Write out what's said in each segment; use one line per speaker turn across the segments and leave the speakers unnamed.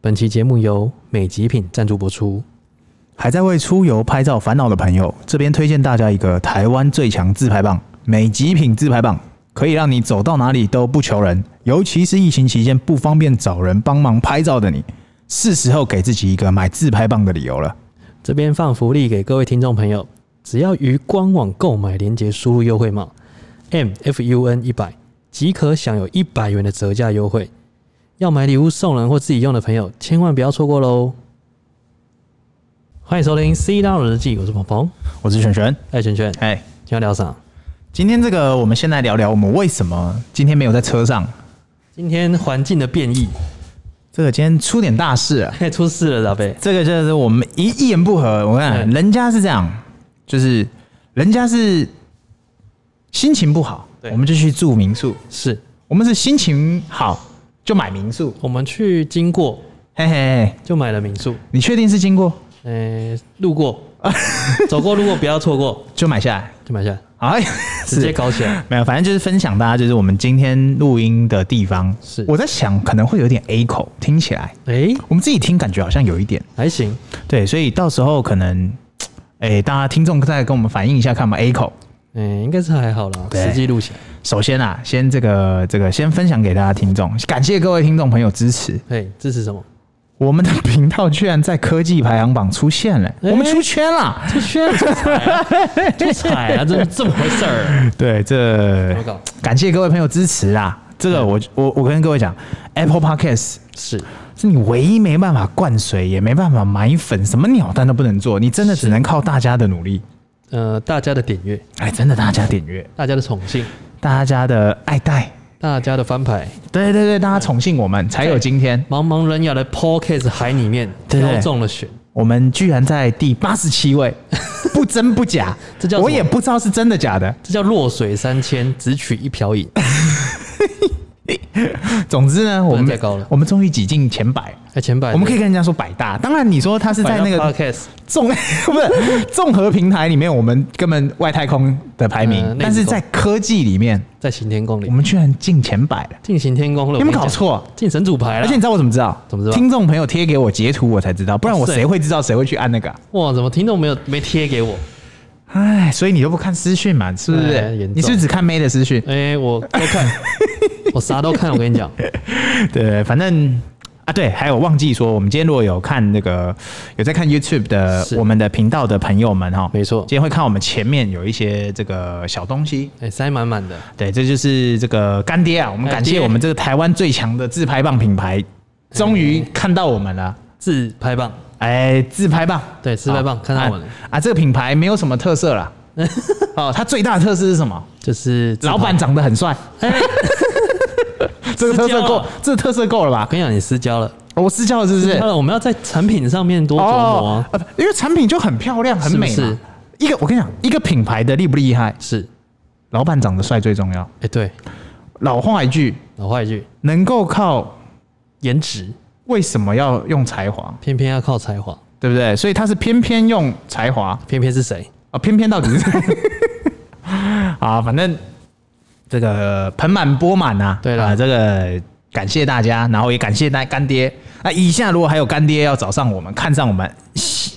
本期节目由美极品赞助播出。
还在为出游拍照烦恼的朋友，这边推荐大家一个台湾最强自拍棒——美极品自拍棒，可以让你走到哪里都不求人。尤其是疫情期间不方便找人帮忙拍照的你，是时候给自己一个买自拍棒的理由了。
这边放福利给各位听众朋友，只要于官网购买链接输入优惠码 M F U N 一百，即可享有一百元的折价优惠。要买礼物送人或自己用的朋友，千万不要错过喽！欢迎收听《C 大佬日记》，我是鹏鹏，
我是璇璇，
哎，圈圈，
哎，
今天要聊啥？
今天这个我们先来聊聊我们为什么今天没有在车上。
今天环境的变异，
这个今天出点大事啊！
出事了，阿贝。
这个就是我们一一言不合，我看
嗯
人家是这样，就是人家是心情不好，
对
我们就去住民宿；
是
我们是心情好就买民宿。
我们去经过
嘿嘿嘿，
就买了民宿，
你确定是经过
呃，路过， 走过路过不要错过，
就买下来？
就买下来，
哎，
直接
是
搞起来。
没有，反正就是分享大家就是我们今天录音的地方。
是
我在想可能会有点 A 口，听起来
哎、
我们自己听感觉好像有一点。
还行，
对，所以到时候可能，哎、大家听众再跟我们反映一下，看嘛 A 口。
哎、应该是还好啦，
对
实际录起来。
首先啊，先这个这个先分享给大家听众，感谢各位听众朋友支持。
哎，支持 什么？
我们的频道居然在科技排行榜出现了，
哎
我们出圈了。
出圈出彩啊，出
哎
彩啊，这这么回事儿？
对，这
怎么搞？
感谢各位朋友支持啊！这个我我我跟各位讲，Apple Podcast
是
是你唯一没办法灌水，也没办法买粉，什么鸟蛋都不能做，你真的只能靠大家的努力。
呃，大家的点阅，
哎，真的，大家点阅，
大家的宠幸，
大家的爱戴，
大家的翻牌，
对对对，大家宠幸我们，才有今天。
茫茫人海的 Podcast 海里面
对对
挑中了选，
我们居然在第八十七 位，不真不假，
这叫什么
我也不知道是真的假的。
这叫落水三千，只取一瓢饮。
总之呢，我
不能
们
再高了
我们终于挤进前百，
哎，前百，
我们可以
以
跟人家说百大。当然，你说他是在那个
Podcast
综 不是综合平台里面，我们根本外太空的排名，
嗯
但是在科技里面，
在行天宫里
我，们居然进前百了，
进行天宫了，
有
我跟
没有
你
搞
讲？
错？
进神主牌了，
而且你知道我怎么知道？
怎么知道
听众朋友贴给我截图，我才知道，不然我
哇塞
谁会知道谁会去按那个啊、
哇，怎么听众没有没贴给我？
哎，所以你都不看私讯嘛，是不
哎
是
严？重
你是不是只看妹的私讯？
哎，我都看， 我啥都看，我跟你讲，
对，反正啊，对，还有忘记说，我们今天如果有看那个有在看 YouTube 的
是
我们的频道的朋友们哈，
没错
今天会看我们前面有一些这个小东西。
哎，塞满满的，
对，这就是这个干爹啊，我们
干
感
爹
谢我们这个台湾最强的自拍棒品牌，终于看到我们了。
自拍棒，
哎，自拍棒，
对自拍棒
好
看到我们了
啊啊！这个品牌没有什么特色 啦。哦，它最大的特色是什么？
就是自拍哎
老板长得很帅。 这个
私
特色
交
够
啊，
这个特色够了吧
我？跟你讲，你私交了，
我私教是不是
当？然我们要在产品上面多琢磨啊。
呃因为产品就很漂亮、很美嘛。
是不是
一个我跟你讲，一个品牌的厉不厉害，
是，
老板长得帅最重要。
哎、对，
老话一句，
老话一句，
能够靠
颜值
为什么要用才华，
偏偏要靠才华，
对不对？所以他是偏偏用才华啊、
偏偏是谁？
偏偏到底是 啊，反正这个盆满钵满啊。
对啦
啊，这个感谢大家，然后也感谢大干爹。那、以下如果还有干爹要找上我们，看上我们，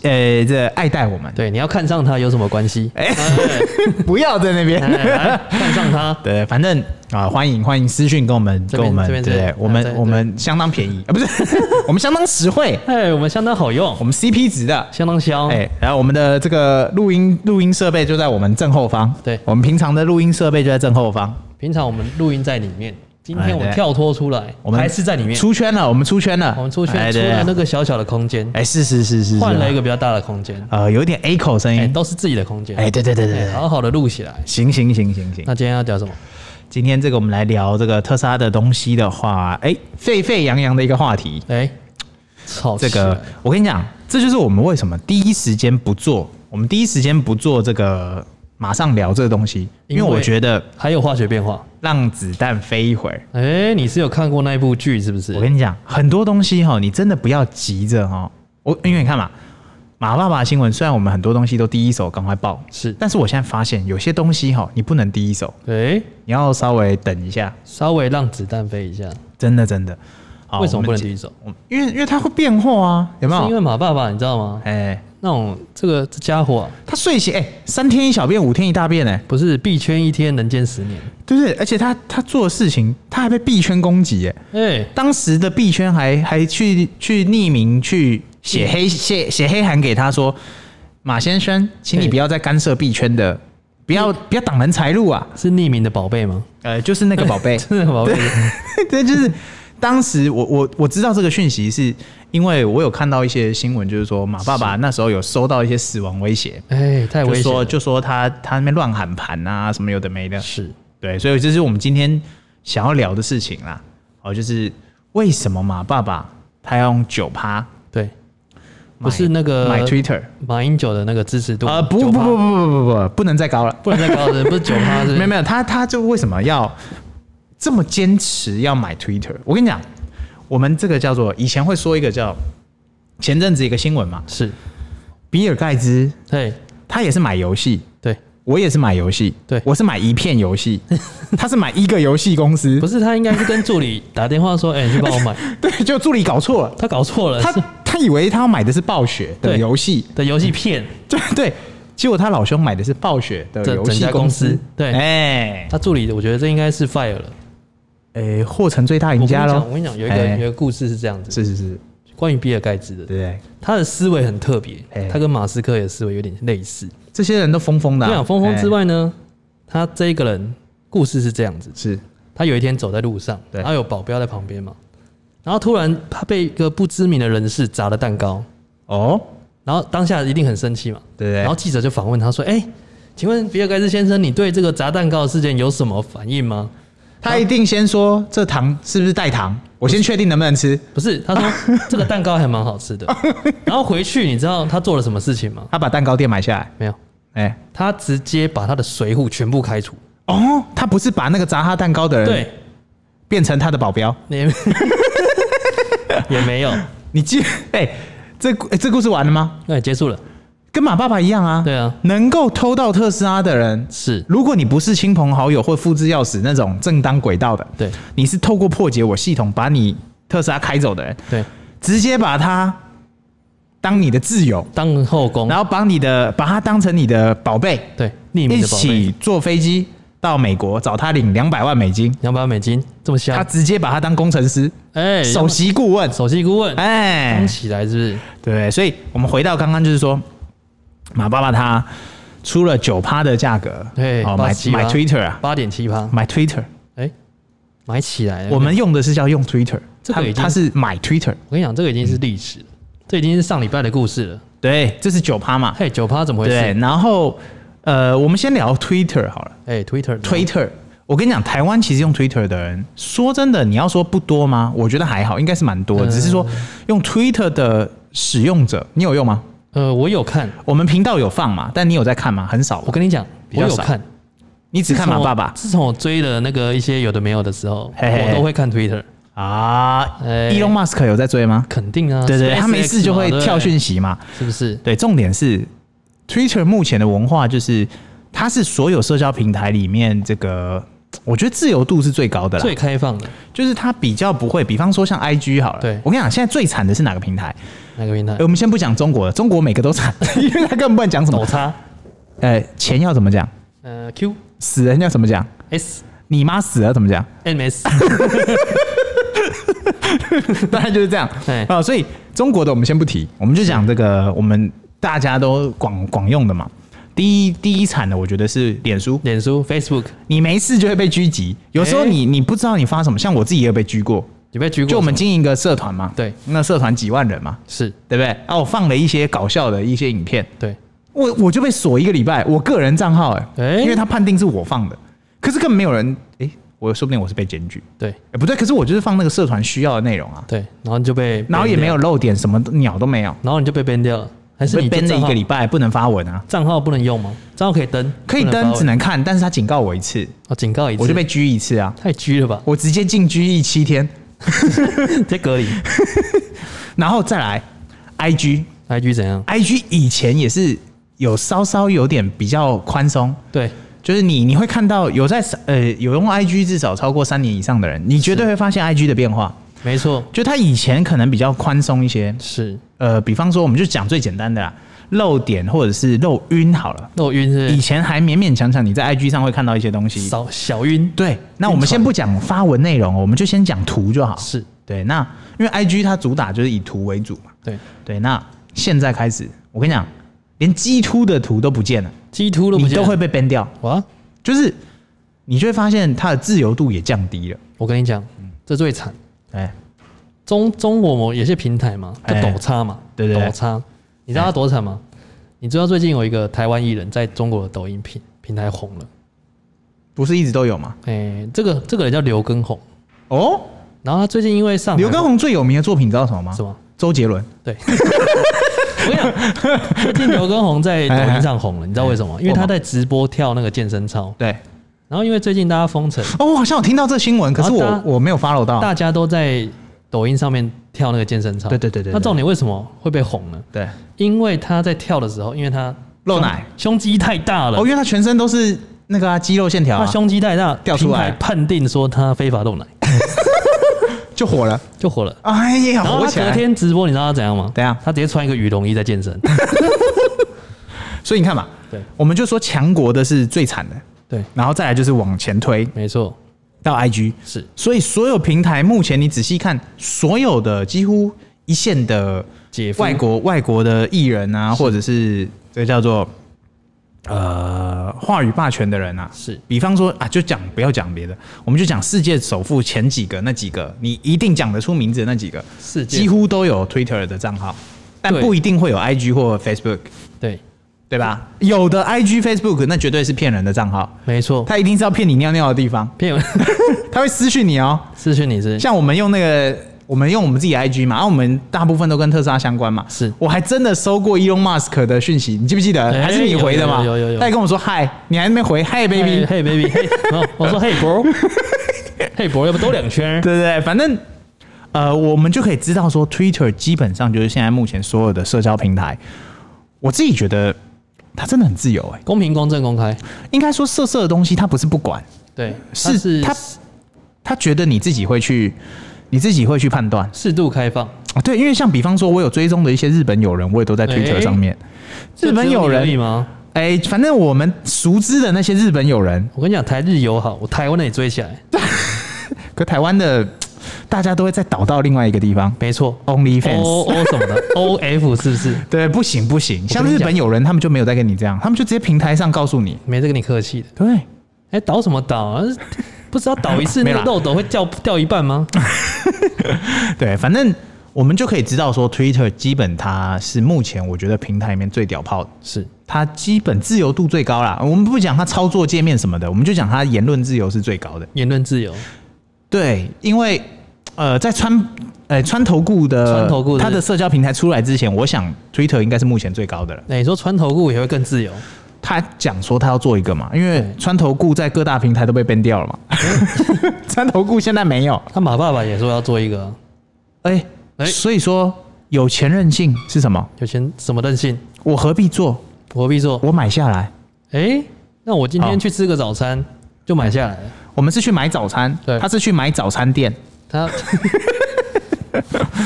呃，这爱戴我们，
对，你要看上他有什么关系？哎、
不要在那边。
来看上他，
对，反正啊，欢迎欢迎私讯跟我们
这
跟
边
我们
这，边这
对
边，
我
啊对
们
对
我们相当便宜啊，不是， 我们相当实惠，
哎、我们相当好用
我，们 CP 值的。
相当香，哎、
哎，然后我们的这个录音录音设备就在我们正后方，
对
我们平常的录音设备就在正后方。
平常我们录音在里面，今
哎
天我们
对
跳脱出来，
我们
还是在里面，
出圈了，我们出圈了，
我们出去
哎
出
对
了那个小小的空间，
哎，是是是是，是
换了一个比较大的空间，
呃，有一点 A 口声
哎、
音，
都是自己的空间，
哎，对对对对
哎，
对，
好哎好的录起来。
行行行行行。
那今天要聊什么？
今天这个我们来聊这个特斯拉的东西的话，哎，沸沸扬扬的一个话题，
哎、啊吵
这
起
个
来，
我跟你讲，这就是我们为什么第一时间不做，我们第一时间不做这个，马上聊这个东西，因为
因为
我觉得
还有化学变化。
让子弹飞一会儿。
哎、你是有看过那一部剧是不是
我？跟你讲，很多东西哈，你真的不要急着哈。我因为你看嘛，马爸爸新闻虽然我们很多东西都第一手赶快报，
是，
但是我现在发现有些东西哈，你不能第一手，
哎、
你要稍微等一下。
稍微让子弹飞一下。
真的真的，好
为什么不
我
能
们
第
解
一手？
我们因为因为它会变化啊，有没
是因
有？
为马爸爸，你知道吗？
哎，
那种这个这家伙啊、
它睡醒哎，三天一小便，五天一大便哎，
不是币圈一天人间十年，
对不对？而且它它做的事情，它还被币圈攻击哎，
哎、
当时的币圈还还去去匿名去写黑写写黑函给他说，马先生，请你
对
不要再干涉币圈的，不要不要挡人财路啊！
是匿名的宝贝吗？
呃，就是那个宝贝，
真的宝贝，
对，就是当时我我我知道这个讯息，是因为我有看到一些新闻，就是说马爸爸那时候有收到一些死亡威胁，
哎、太
就
危险
说
了。
就说他他那边乱喊盘啊，什么有的没的，
是
对，所以这是我们今天想要聊的事情啦。哦，就是为什么马爸爸他要用九趴
对，不是那个
买 Twitter？
马英呃九的那个支持度
呃，不不
9%
不不不不不，不能再高了。
不能再高了，不是九趴是？
没有没有，他他就为什么要这么坚持要买 Twitter？我跟你讲，我们这个叫做以前会说一个叫前阵子一个新闻嘛，
是，
比尔盖茨
对
他也是买游戏，
对，
我也是买游戏，
对
我是买一片 游戏，他是买一个游戏公司
不，是他应该是跟助理打电话说，哎、你去帮我买，
对，就助理搞错了，
他搞错了，
他
呃是
他以为他要买的是暴雪的
对
游戏，
的游戏片，
对对，结果他老兄买的是暴雪的
整
游
整
戏
家公司对
哎
他助理我觉得这应该是 fire 了。
哎，获成最大赢
我跟你
家喽
讲，我，跟你讲，有一个、
哎
有一个故事是这样子，
是是是，
关于比尔盖茨的，
对对。
他的思维很特别
哎，
他跟马斯克的思维有点类似。
这些人都疯疯的、
我
啊，
想峰峰之
哎、
外呢，他这一个人故事是这样子：
是
他有一天走在路上，
对
然后有保镖在旁边嘛，然后突然他被一个不知名的人士砸了蛋糕，
哦，
然后当下一定很生气嘛。
对不对？
然后记者就访问他说：“哎、请问比尔盖茨先生，你对这个砸蛋糕的事件有什么反应吗
他一定先说这糖是不是带糖，我先确定能不能吃。？”
不是，他 说这个蛋糕还蛮好吃的。然后回去，你知道他做了什么事情吗？
他把蛋糕店买下来，
没有，
哎、
他直接把他的随扈全部开除。
哦，他不是把那个砸他蛋糕的人
对，
变成他的保镖？
也也没有，
你记， 哎、这故哎这故事完了吗？
那也结束了。
跟马爸爸一样啊，
对啊，
能够偷到特斯拉的人，
是
如果你不是亲朋好友或复制钥匙那种正当轨道的，
对
你是透过破解我系统把你特斯拉开走的人，
对，
直接把他当你的挚友，
当后宫
然，后把你的把它当成你的宝贝，
对匿名
一
的宝贝，
起坐飞机到美国找他领两百万美金，
两百万美金，这么
他
香，
直接把他当工程师、
哎，
首席顾问，
首席顾问，
哎
装，起来是不是？
对，所以我们回到刚刚就是说，马爸爸他出了九趴的价格，
对
哦，买
87
买
吧
Twitter 啊，
八点七趴，
买 Twitter，
哎，买起来了。
我们用的是叫用 Twitter，
这个
他
已经
他是买 Twitter，
我跟你讲，这个已经是历史了，这已经是上礼拜的故事了。
对，这是九趴嘛，
嘿，九趴怎么回
对，
事？
然后呃，我们先聊 Twitter 好了。
哎，Twitter
Twitter，我跟你讲，台湾其实用 Twitter 的人，说真的，你要说不多吗？我觉得还好，应该是蛮多的，
嗯
只是说用 Twitter 的使用者，你有用吗？
呃，我有看，
我们频道有放嘛，但你有在看吗？很少吧，
我跟你讲，
比
我
较
有
少
看，
你只看马爸爸
自从我自从我追了那个一些有的没有的时候，
嘿嘿嘿
我都会看 Twitter，
啊。
哎
Elon Musk 有在追吗？
肯定啊，
对对对，
SpaceX
他没事就会
嘛对不对
跳讯息嘛。
是不是？
对，重点是 Twitter 目前的文化就是，它是所有社交平台里面这个，我觉得自由度是最高的啦。
最开放的
就是它比较不会，比方说像 IG 好了，
对
我跟你讲，现在最惨的是哪个平台？
那个平台
呃，我们先不讲中国了，中国每个都惨， 因为他根本不能讲什
抖
么。
叉，
呃，钱要怎么讲？
呃，Q
死人要怎么讲？
S
你妈死了怎么讲？
M S，
当然就是这样
对。
啊、所以中国的我们先不提，我们就讲这个我们大家都广广用的嘛。第一第一惨的，我觉得是脸书，
脸书 Facebook
你没事就会被狙击。有时候
哎
你、你不知道你发什么，像我自己也有被狙过。
有被举过？
就我们经营一个社团嘛，
对，
那社团几万人嘛，
是
对不对？啊，我放了一些搞笑的一些影片，
对，
我我就被锁一个礼拜，我个人账号哎、
哎
因为他判定是我放的，可是根本没有人哎、我说不定我是被检举，
对
哎、不对，可是我就是放那个社团需要的内容啊，
对，然后你就被，
然后也没有，漏点，什么鸟都没有，
然后你就被 ban 掉了，还是
被
你就
ban 了
账
一
号
个礼拜，不能发文啊，
账号不能用吗？账号可以登，
可以
不能发
登
文
只能看，但是他警告我一次，
哦，警告一次，
我就被拘一次啊，
太拘 了吧，
我直接进拘役七天，
直接隔离。
然后再来，IG
IG 怎样？
IG 以前也是有稍稍有点比较宽松，
对，
就是你你会看到有在呃有用 IG 至少超过三年以上的人，你绝对会发现 IG 的变化。
没错，
就它以前可能比较宽松一些，
是
呃，比方说我们就讲最简单的啦，漏点或者是漏晕好了。
漏晕是不
以
是
前还勉勉强强你在 IG 上会看到一些东西，
少小晕，
对，那我们先不讲发文内容哦，我们就先讲图就好。
是
对，那因为 I G 它主打就是以图为主嘛。
对，
对，那现在开始，我跟你讲，连基突的图都不见了，
鸡突都不
你
见
都
了
会被 ban 掉，
哇！
就是你就会发现它的自由度也降低了。
我跟你讲，
嗯
这最惨，
哎，
中中国某有些平台嘛，叫
哎
抖叉嘛，
对对对
抖叉，你知道它多惨吗？你知道最近有一个台湾艺人在中国的抖音平平台红了，
不是一直都有吗？
哎、这个这个人叫刘畊宏，
哦，
然后他最近因为上
刘畊宏最有名的作品你知道什么吗
什？么？
周杰伦。
对， 我跟你讲，最近刘畊宏在抖音上红了，你知道为什
哎
么？因为他在直播跳那个健身操，
对，
然后因为最近大家封城，
哦，我好像有听到这新闻，可是
然后
我
啊大
我没有 follow 到。
大家都在抖音上面跳那个健身操，
对对对对对
那重点为什么会被红呢？
对，
因为他在跳的时候，因为他
露
胸
奶，
胸肌太大了
哦，因，为他全身都是那个啊肌肉线条
他
啊，
胸肌太大，
掉出来
平台判定说他非法露奶，
就 火了。
就火了。
哎呀，
然后
火
他
起
隔
来。
天直播，你知道他怎样吗？
怎样
他直接穿一个羽绒衣在健身。
所以你看嘛，
对
我们就说强国的是最惨的，
对，
然后再来就是往前推
没错，
到 IG，
是
所以所有平台目前你仔细看，所有的几乎一线的
姐夫
外国外国的艺人啊，或者是这个叫做呃话语霸权的人啊，
是
比方说啊，就讲不要讲别的，我们就讲世界首富前几个那几个，你一定讲得出名字的那几个，
世界
几乎都有 Twitter 的账号，但
对
不一定会有 IG 或 Facebook。
对，
对吧？有的 IG、Facebook 那绝对是骗人的账号，
没错。
他一定是要骗你尿尿的地方，
骗 我
他会私讯你哦。
私讯你是
像我们用那个，我们用我们自己的 IG 嘛，然、后我们大部分都跟特斯拉相关嘛。
是
我还真的收过 Elon Musk 的讯息，你记不记得？
哎
还是你回的嘛？
有有有有有
他还跟我说嗨，你还没回嗨 baby，
嘿 baby，嘿，然后哦我说嘿 bro，嘿 bro，要不兜两圈？
对对对，反正呃，我们就可以知道说，Twitter 基本上就是现在目前所有的社交平台，我自己觉得它真的很自由哎、
公平、公正、公开，
应该说色色的东西它不是不管。
对，它
是
是
他他觉得你自己会去，你自己会去判断
适度开放，
啊。对，因为像比方说，我有追踪的一些日本友人，我也都在
哎
Twitter 上面。日本友
这只有你而已
人，
吗？
哎、反正我们熟知的那些日本友人，
我跟你讲，台日友好，我台湾的也追起来，
可台湾的大家都会再倒到另外一个地方
没错，O
，OnlyFans。
O 什么的，O F 是不是？
对，不行不行，像日
讲
本友人，他们就没有再跟你这样，他们就直接平台上告诉你，
没在跟你客气的。
对，
哎，倒什么倒啊？不知道倒 一次那
没
个
啦
漏斗会掉掉一半吗？
对，反正我们就可以知道说，Twitter 基本它是目前我觉得平台里面最屌炮的，
是
它基本自由度最高啦。我们不讲它操作界面什么的，我们就讲它言论自由是最高的。
言论自由，
对，因为呃，在川呃川头顾的
川头顾的
它的社交平台出来之前，我想 Twitter 应该是目前最高的了。
哎那你说穿头裤也会更自由？
他讲说他要做一个嘛，因为
对
川头顾在各大平台都被 ban 掉了嘛，川头顾现在没有。
他马爸爸也说要做一个啊，
哎、
哎
所以说有钱任性是什么？
有钱什么任性，
我何必做？
我何必做？
我买下来。
哎，那我今
好
天去吃个早餐就买下来了。
我们是去买早餐，
对
他是去买早餐店，
他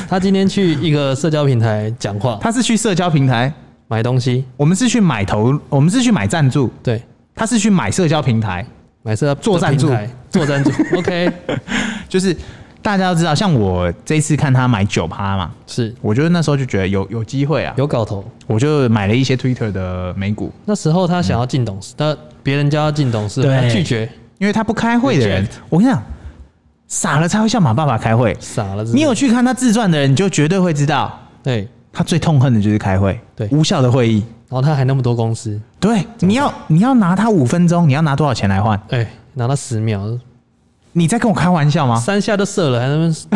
他今天去一个社交平台讲话，
他是去社交平台，
买东西，
我们是去买投，我们是去买赞助，
对，
他是去买社交平台，
买社
做赞助
平台做赞 助，OK，
就是大家都知道，像我这一次看他买九趴嘛，
是
我就那时候就觉得有有机会啊，
有搞头。
我就买了一些 Twitter 的美股，
那时候他想要进董事，但别人家要进董事，
嗯对
他拒绝，
因为他不开会的人
Reject，
我跟你讲，傻了才会像马爸爸开会，
傻了是不是。
你有去看他自传的人，你就绝对会知道，
对，
他最痛恨的就是开会，
对
无效的会议。
然后他还那么多公司，
对，你要你要拿他五分钟，你要拿多少钱来换？
哎、拿到十秒，
你在跟我开玩笑吗？
三下都射了，还能十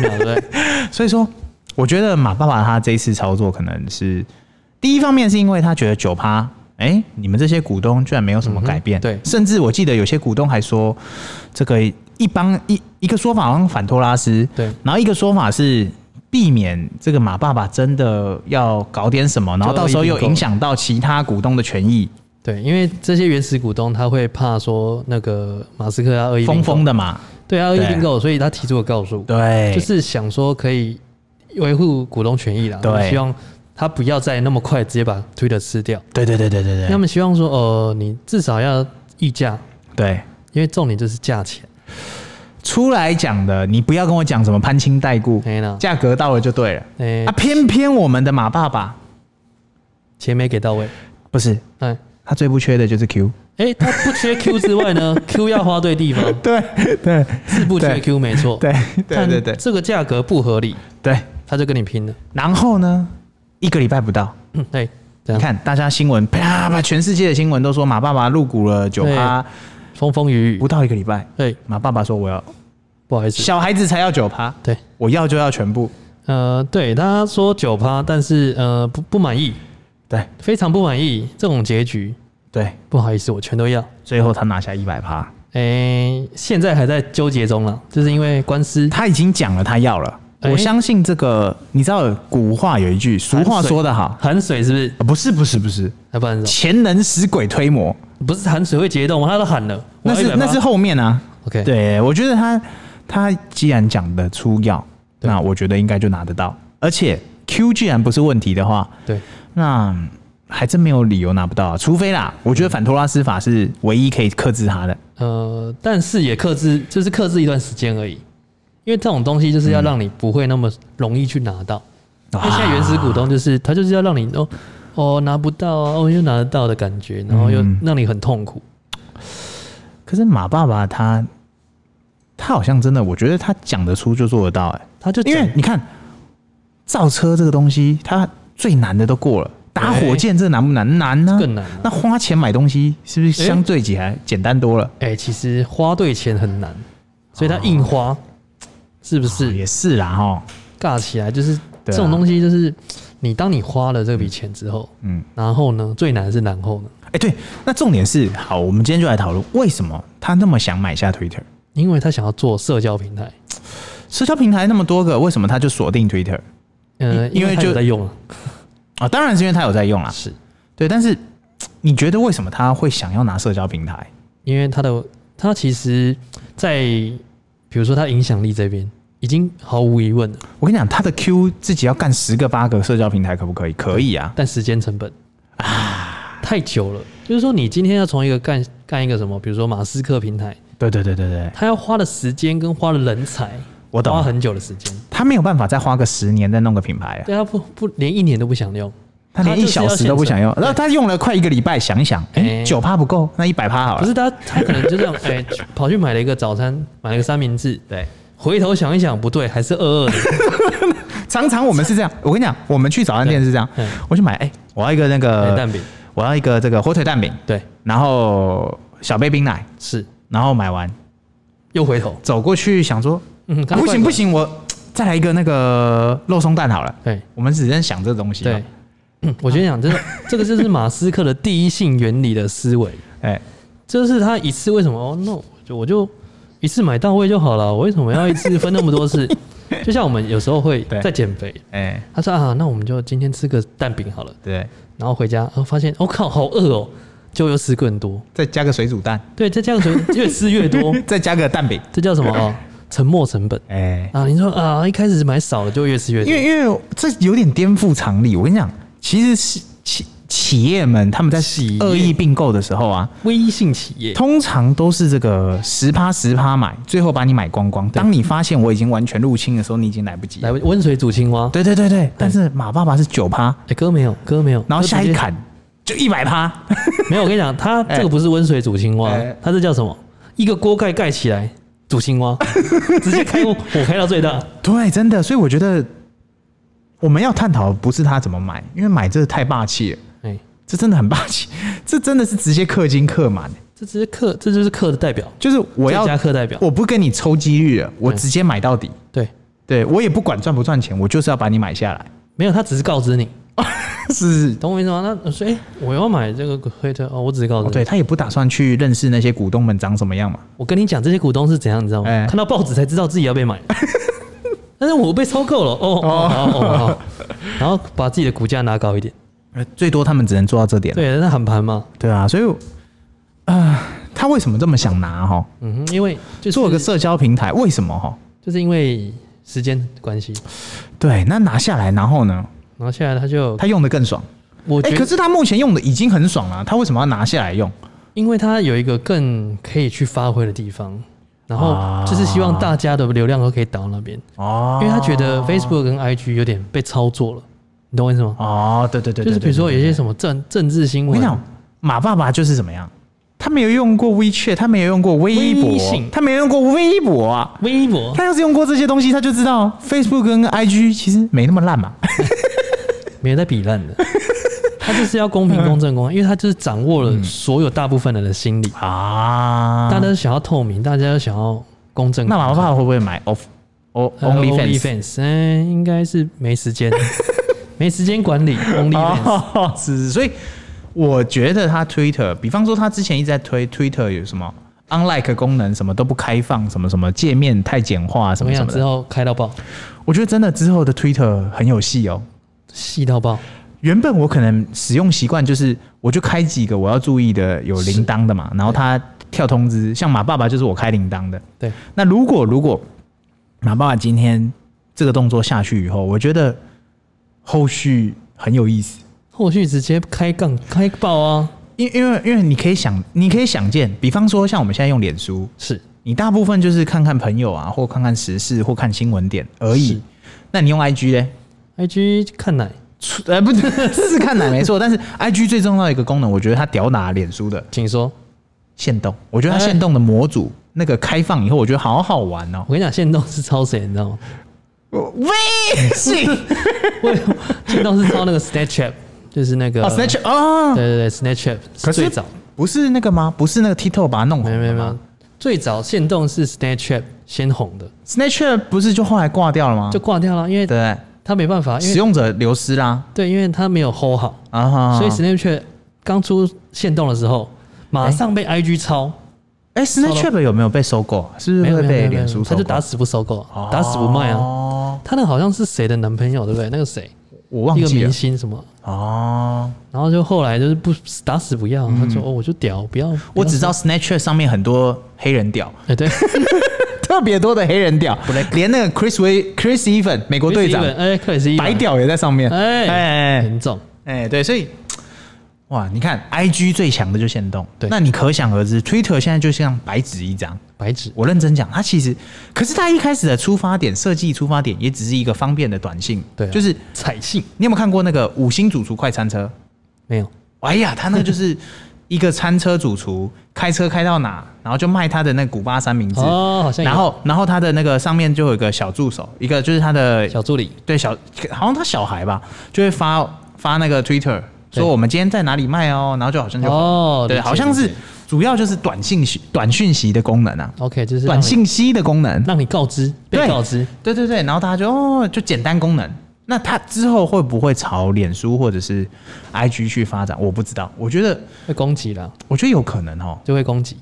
秒，对不对？
所以说，我觉得马爸爸他这一次操作可能是第一方面是因为他觉得九趴，哎、你们这些股东居然没有什么改变，
嗯哼对
甚至我记得有些股东还说，这个一帮一一个说法好像反托拉斯，
对
然后一个说法是。避免这个马爸爸真的要搞点什么，然后到时候又影响到其他股东的权益，
对，因为这些原始股东他会怕说那个马斯克要恶意并
疯
购
疯，的嘛。
对啊，二一
对
并购，所以他提出了告诉，
对，
就是想说可以维护股东权益啦，
对
希望他不要再那么快直接把 Twitter 吃掉，
对对对对对
他
对
们希望说，呃，你至少要溢价，
对。
因为重点就是价钱，
出来讲的，你不要跟我讲什么攀亲带故，
哎呢，
价格到了就对了。
哎
啊，，偏偏我们的马爸爸
钱没给到位，
不是
哎。
他最不缺的就是 Q，
哎、他不缺 Q 之外呢，Q 要花对地方，
对对
是不缺
对
Q 没错。
对对
但
对对
这个价格不合理，
对。
他就跟你拼了。
然后呢，一个礼拜不到，
嗯对，这
你
样
看大家新闻啪啪，全世界的新闻都说马爸爸入股了九趴，
风风雨雨
不，到一个礼拜，
对，
马爸爸说我要
不好意思，
小孩子才要九趴，
对，
我要就要全部，
呃，对，他说九趴，但是呃不不满意，
对
非常不满意这种结局，
对。
不好意思，我全都要。
最后他拿下一百趴，
哎、现在还在纠结中了，就是因为官司，
他已经讲了他要了。
哎
我相信这个，你知道古话有一句俗话说得好，
含水是不是？
啊不是不是不是，
要不然是什
钱能使鬼推磨，
么不是含水会结冻吗？他都喊了，我
那
要
是
100%
那是后面啊。
OK，
对，我觉得他他既然讲得出要，
对
那我觉得应该就拿得到。而且 Q 既然不是问题的话，
对，
那还真没有理由拿不到啊。除非啦，我觉得反托拉斯法是唯一可以克制他的。
呃，但是也克制，就是克制一段时间而已。因为这种东西就是要
嗯
让你不会那么容易去拿到。因
啊
为现在原始股东就是他就是要让你哦哦拿不到啊，哦又拿得到的感觉，然后又
嗯
让你很痛苦。
可是马爸爸他他好像真的，我觉得他讲得出就做得到、哎。
他就
因为
讲
你看，造车这个东西，它最难的都过了，打火箭这难不难？难呢、
更难啊
那花钱买东西是不是相对起来简单多了？
哎、其实花对钱很难，所以他硬花、是不
哦
是
也是啦，哈，
尬起来？就是这
对啊
种东西，就是你当你花了这笔钱之后，
嗯，
然后呢，最难的是然后呢，
哎、对，那重点是，好，我们今天就来讨论为什么他那么想买下 Twitter。
因为他想要做社交平台，
社交平台那么多个，为什么他就锁定 Twitter
呃，
因
因
为
为他
就
有在用啊，
啊？当然是因为他有在用啦，
是。
对。但是嘖你觉得为什么他会想要拿社交平台？
因为他的他其实在，比如说他影响力这边已经毫无疑问了，
我跟你讲，他的 Q 自己要干十个八个社交平台，可不可以？可以啊，
但时间成本啊太久了。就是说，你今天要从一个干干一个什么，比如说马斯克平台，
对对对对对，
他要花的时间跟花的人才，
我懂
花很久的时间，
他没有办法再花个十年再弄个品牌啊，
对他不不连一年都不想用，
他连一
就是要
小时都不想
现
用，然后他用了快一个礼拜，想一想，哎、
哎
九趴不够，那一百趴
成。
好了。
可是他他可能就 这样，哎、去跑去买了一个早餐，买了个三明治，
对，
回头想一想，不对，还是二二 的，
常常我们是这样，我跟你讲，我们去早餐店是这样
对嗯，
我去买，哎、我要一个那
买
个
蛋饼，
我要一个这个火腿蛋饼，
对，
然后小杯冰奶，
是
然后买完
又回头，
走过去想说，
嗯，
不行不，行，我再来一个那个肉松蛋好了。
对。
我们只能想这东西哦嘛
哎对，，嗯我觉得讲 真的，这个就是马斯克的第一性原理的思维，
哎、
就是他一次为什么哦，那我就我就一次买到位就好了，我为什么要一次分那么多 次？就像我们有时候会
对
在减肥，
哎、
他说啊，那我们就今天吃个蛋饼好了，
对，
然后回家，然后发现我、哦靠，好饿哦，就又吃更多，
再加个水煮蛋，
对，再这样子 越吃越多，
再加个蛋饼，
这叫什么啊、哦？沉没成本
哎、
啊！你说啊，一开始买少了就越吃越
因
多，
为因为这有点颠覆常理。我跟你讲，其实是企企业们他们在
企业
恶意并购的时候啊，
微信企业
通常都是这个十趴十趴买，最后把你买光光。当你发现我已经完全入侵的时候，你已经来不及了。
来温水煮青蛙，
对对对对，但是马爸爸是九趴，
哎，哥没有，哥没有，
然后
哥
下
直
一
接
砍就一百趴。
没有，我跟你讲，它这个不是温水煮青蛙，
哎
它这叫什么？一个锅盖盖起来煮青 蛙，直接开火火开到最大。
对，真的。所以我觉得我们要探讨的不是他怎么买，因为买这太霸气了，
哎、
这真的很霸气， 这真的是直接氪金氪满。
这只是克，这就是克的代表，
就是我要
最佳客代表
我不跟你抽机遇了，我
嗯
直接买到底。
对，
对我也不管赚不赚钱，我就是要把你买 下来。
没有，他只是告知你，
是，
懂我意思吗？那所以、哎我要买这个推特哦，我只是告知
哦，
你。
对他也不打算去认识那些股东们长什么样嘛。
我跟你讲，这些股东是怎样，你知道吗？
哎
看到报纸才知道自己要被 买。但是我被收购了，哦哦好哦好，然后把自己的股价拉高一点，
呃最多他们只能做到这点。
对，那喊盘嘛，
对啊，所以啊、他为什么这么想拿哈？
嗯哼，因为就是
做个社交平台，为什么哈？
就是因为时间关系，
对，那拿下来，然后呢，
然后下来他就
他用的更爽。
我觉
哎、可
得，
是他目前用的已经很爽了、他为什么要拿下来用？
因为他有一个更可以去发挥的地方，然后
啊
就是希望大家的流量都可以导那边，
哦
因为他觉得 Facebook 跟 IG 有点被操作了，你懂我意思吗？
哦，对对对，
就是比如说有
些。对对
些什么政政治新
我
闻
跟你，讲，马爸爸就是怎么样，他没有用过 WeChat，他没有用过微博啊
微信，
他没有用过微博啊。
微博
他要是用过这些东西，他就知道 Facebook 跟 IG 其实没那么烂嘛。
没有在比烂 的，他就是要公平公正公开，因为他就是掌握了所有大部分人的心理，
啊
大家都想要透明，大家都想要公正公
那
开。
马爸爸会不会买 Off O
呃
OnlyFans？
OnlyFans，嗯，应该是没时 间，没时间管理 OnlyFans。
哦，是是，所以我觉得他 Twitter，比方说他之前一直在推 Twitter 有什么 Unlike 功能，什么都不开放，什么什么界面太简化，什
怎么
么什
样？
么
之
的。
后开到爆，
我觉得真的之后的 Twitter 很有戏哦。
细到爆，
原本我可能使用习惯就是，我就开几个我要注意的有铃铛的嘛，然后它跳通知，像马爸爸就是我开铃铛的。
对，
那如果如果马爸爸今天这个动作下去以后，我觉得后续很有意思，
后续直接开杠开爆啊！
因因为因为你可以想，你可以想见，比方说像我们现在用脸书，
是
你大部分就是看看朋友啊，或看看时事，或看新闻点而
是
已。那你用 IG 呢？
IG 看奶
出呃，不是看奶没错，但是 I G 最重要的一个功能，我觉得它屌打脸书的
请说。
限动，我觉得它
哎
限动的模组那个开放以后，我觉得好好玩哦
我。跟你讲，限动是抄谁，你知道吗？
微信
我限动是抄那个 Snapchat，就是那个
哦，Snapchat 哦
对，对对，Snapchat 是最早，
不是那个吗？不是那个 TikTok 把它弄
没有
红
没有
的
没
吗
有，最早限动是 Snapchat 先红的，
？Snapchat 不是就后来挂掉了吗？
就挂掉了，因为
嗯对不
它没办法，
对，
因
使
为
用者流失啦
对，因为它没有 hold 好，
啊哈，
所以 Snapchat 刚出限动的时候，马上被 IG 抄，
哎，Snapchat 有没有被收购？啊是不
没
是
有
会
没有没
被
有没
脸
有，
书
他
收
就
购？
打死不收购啊，打死不卖啊。
哦，
他那好像是谁的男朋友，对不对？那个谁，
我忘
一个
记
明
了
星什么，
哦。
然后就后来就是不打死不要，他说哦，我就屌，不要，不要
嗯我只知道 Snapchat 上面很多黑人屌，
哎对，
特别多的黑人屌，连那个 Chris Way、Chris Even 美国队 长
克里斯蒂文哎，克里斯蒂文
白，屌也在上面。
哎
哎哎
严重，
哎，对，所以哇，你看 IG 最强的就限动，
对
那你可想而知，Twitter 现在就像白纸一张。
白纸，
我认真讲，它其实，可是它一开始的出发点设计出发点也只是一个方便的短信，
对啊
就是
彩信
你有没有看过那个五星主厨快餐车？
没有，
哎呀，他那个就是 一个餐车主厨开车开到哪，然后就卖他的那个古巴三明治，
哦好像有
然后然后他的那个上面就有一个小助手，一个就是他的
小助理
对小，好像他小孩吧，就会发发那个 Twitter
对
说我们今天在哪里卖哦，然后就好像就、
哦，
对，
理解
好像
理
是
解
主要就是短信息短讯息的功能啊，
OK，就是让
短
你
信息的功能，
让你告知被
对
告知，
对对对，然后大家就哦，就简单功能。那它之后会不会朝脸书或者是 IG 去发展？我不知道，我觉得
会攻击啦，
我觉得有可能哦，
就会攻击，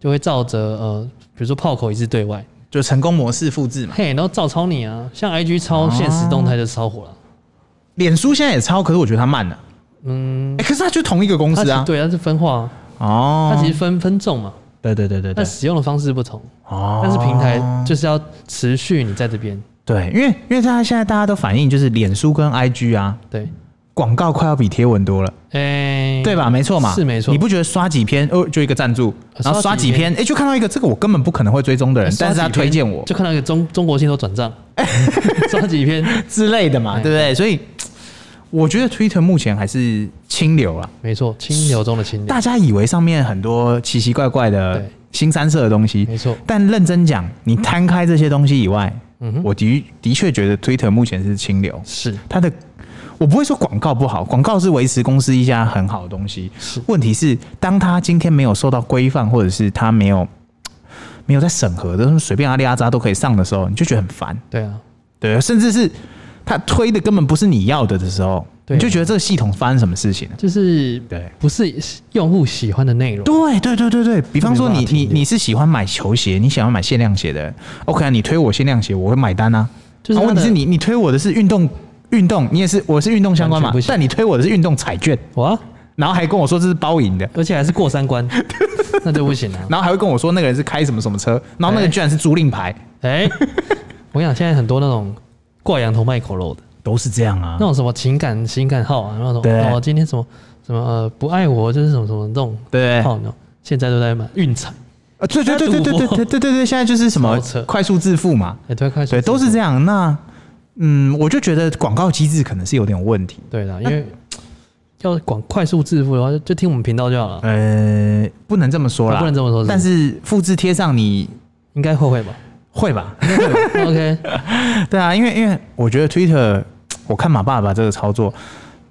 就会照着呃，比如说炮口一致对外，
就成功模式复制嘛。
嘿，然后照抄你啊，像 IG 抄现实动态就抄火了。
脸书现在也抄，可是我觉得它慢了。嗯，哎、可是它就同一个公
它
司
其
啊
实。对，它是分化啊，
哦，
它其实分分众嘛，
对对对对
但
对。
使用的方式不同。
哦
但是平台就是要持续你在这边，
对，因为因为大家现在大家都反映就是脸书跟 IG 啊，
对，
广告快要比贴文多了，
哎，
对吧？没错嘛，
是没错呃
你不觉得刷几篇哦就一个赞助，然后
刷
刷
几
几
篇
篇，哎、就看到一个这个我根本不可能会追踪的
哎？
人，但是
刷
他
几
推
篇
荐我
就看到一个中中国信托转 账，刷几篇，
之类的嘛，
哎
对不对？所以我觉得 Twitter 目前还是清流了。
没错，清流中的清流，
大家以为上面很多奇奇怪怪的
对
新三色的东西，
没错
但认真讲，你摊开这些东西以外，
嗯哼
我的的确觉得 Twitter 目前是清流。
是
它的我不会说广告不好，广告是维持公司一家很好的东西
是。
问题是，当它今天没有受到规范，或者是它没有没有在审核的，随便阿里阿扎都可以上的时候，你就觉得很烦。
对啊，
对，甚至是他推的根本不是你要的的时候，
对
你就觉得这个系统发生什么事情了。
就是
对，
不是用户喜欢的内容，
对对对对对，比方说
没
你
办法
你
停留
你是喜欢买球鞋，你想要买限量鞋的，OK 啊，你推我限量鞋，我会买单啊。
就是
啊
它的
问题是你你推我的是运动运动，你也是我是运动相关嘛
完全不，行
但你推我的是运动彩券，
哇，
然后还跟我说这是包赢的，
而且还是过三关， 那就不行了、
然后还会跟我说那个人是开什么什么车，然后那个
哎
居然是租赁牌，
哎、我跟你讲，现在很多那种挂羊头卖狗肉的，
都是这样啊
那。种什么情感情感号啊，那种
对
哦，今天什么什么呃不爱我就是什么什么这种
对，
号呢，现在都在买运彩，
啊，对对对对对对对对对对，现在就是什么
超扯
快速致富嘛，
哎、对，快
对，都是这
样，
样。那嗯，我就觉得广告机制可能是有点问题。
对的，因为要广快速致富的话，就就听我们频道就好了，
呃，不能这么说啦，
哦不能这么说是不是
但是复制贴上你
应该会会吧
会吧？
？OK，
对啊，因为因为我觉得 Twitter，我看马爸爸这个操作，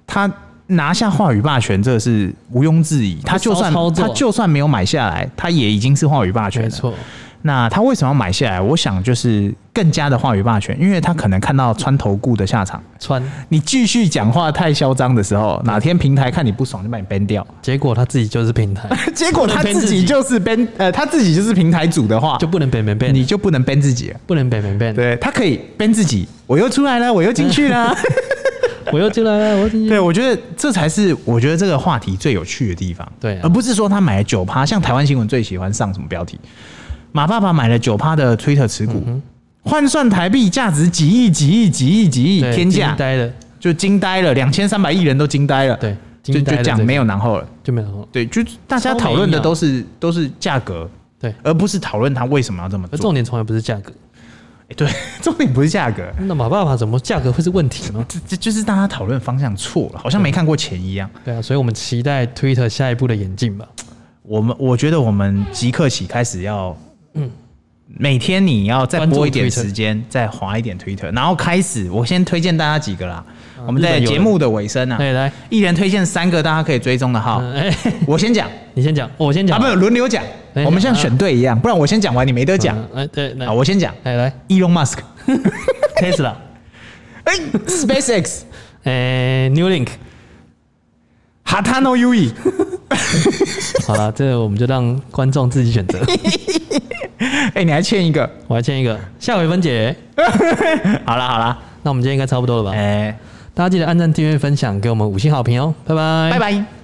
他拿下话语霸权，这是毋庸置疑。他就算
骚操作
他就算没有买下来，他也已经是话语霸权
没
了。
错，
那他为什么要买下来？我想就是更加的话语霸权，因为他可能看到穿头固的下场。
穿，
你继续讲话太嚣张的时候，哪天平台看你不爽就把你 ban 掉。
结果他自己就是平台，
结果他
不能 ban
自
自
己
己
就是 ban，呃，他自己就是平台主的话，
就不能变变变，
你就不能 ban 自己了。
不能变变变，
对他可以 ban 自己，我又出来了，我又进去了。
我又进来了，我又进去，
对，我觉得这才是我觉得这个话题最有趣的地方。
对啊
而不是说他买了九趴，像台湾新闻最喜欢上什么标题？马爸爸买了九趴的 Twitter 持股，
嗯
换、算台币价值几亿、几亿、几亿、几亿
对
天价
惊，呆了，
就惊呆了，两千三百亿人都惊呆了。
对，
就
惊呆
就
了
这样，
个
没有然后了。
就没有了。
对，就大家讨论的都是都是价格，
对
而不是讨论他为什么要这么
而
做。
重点从来不是价格，
诶对， 重点不是价格，
那马爸爸怎么价格会是问题 呢？
这这就是大家讨论方向错了，好像没看过钱一样。
对啊，所以我们期待 Twitter 下一步的演进吧。
我们我觉得我们即刻起开始要，每天你要再
嗯关注
拨一点
Twitter
时间，再划一点 Twitter，然后开始，我先推荐大家几个啦。我
啊日
们在
本有
节
的
目的尾声啊，
对，哎来，
一人推荐三个大家可以追踪的号，
嗯哎，
我先讲
你先讲，哦我先
啊，
讲
不轮流讲，
哎
我们像
啊
选对一样，不然我先讲完你没得讲
嗯哎，对，来
啊，，我先讲
哎来
Elon Musk，
，Tesla，
哎，SpaceX，
哎，New Link，
哈塔诺 U E，
好了，这个我们就让观众自己选择。
哎，你还欠一个，
我还欠一个，下回分解。
好啦好啦，
那我们今天应该差不多了吧？
哎，
大家记得按赞、订阅、分享，给我们五星好评哦，拜拜，
拜。拜。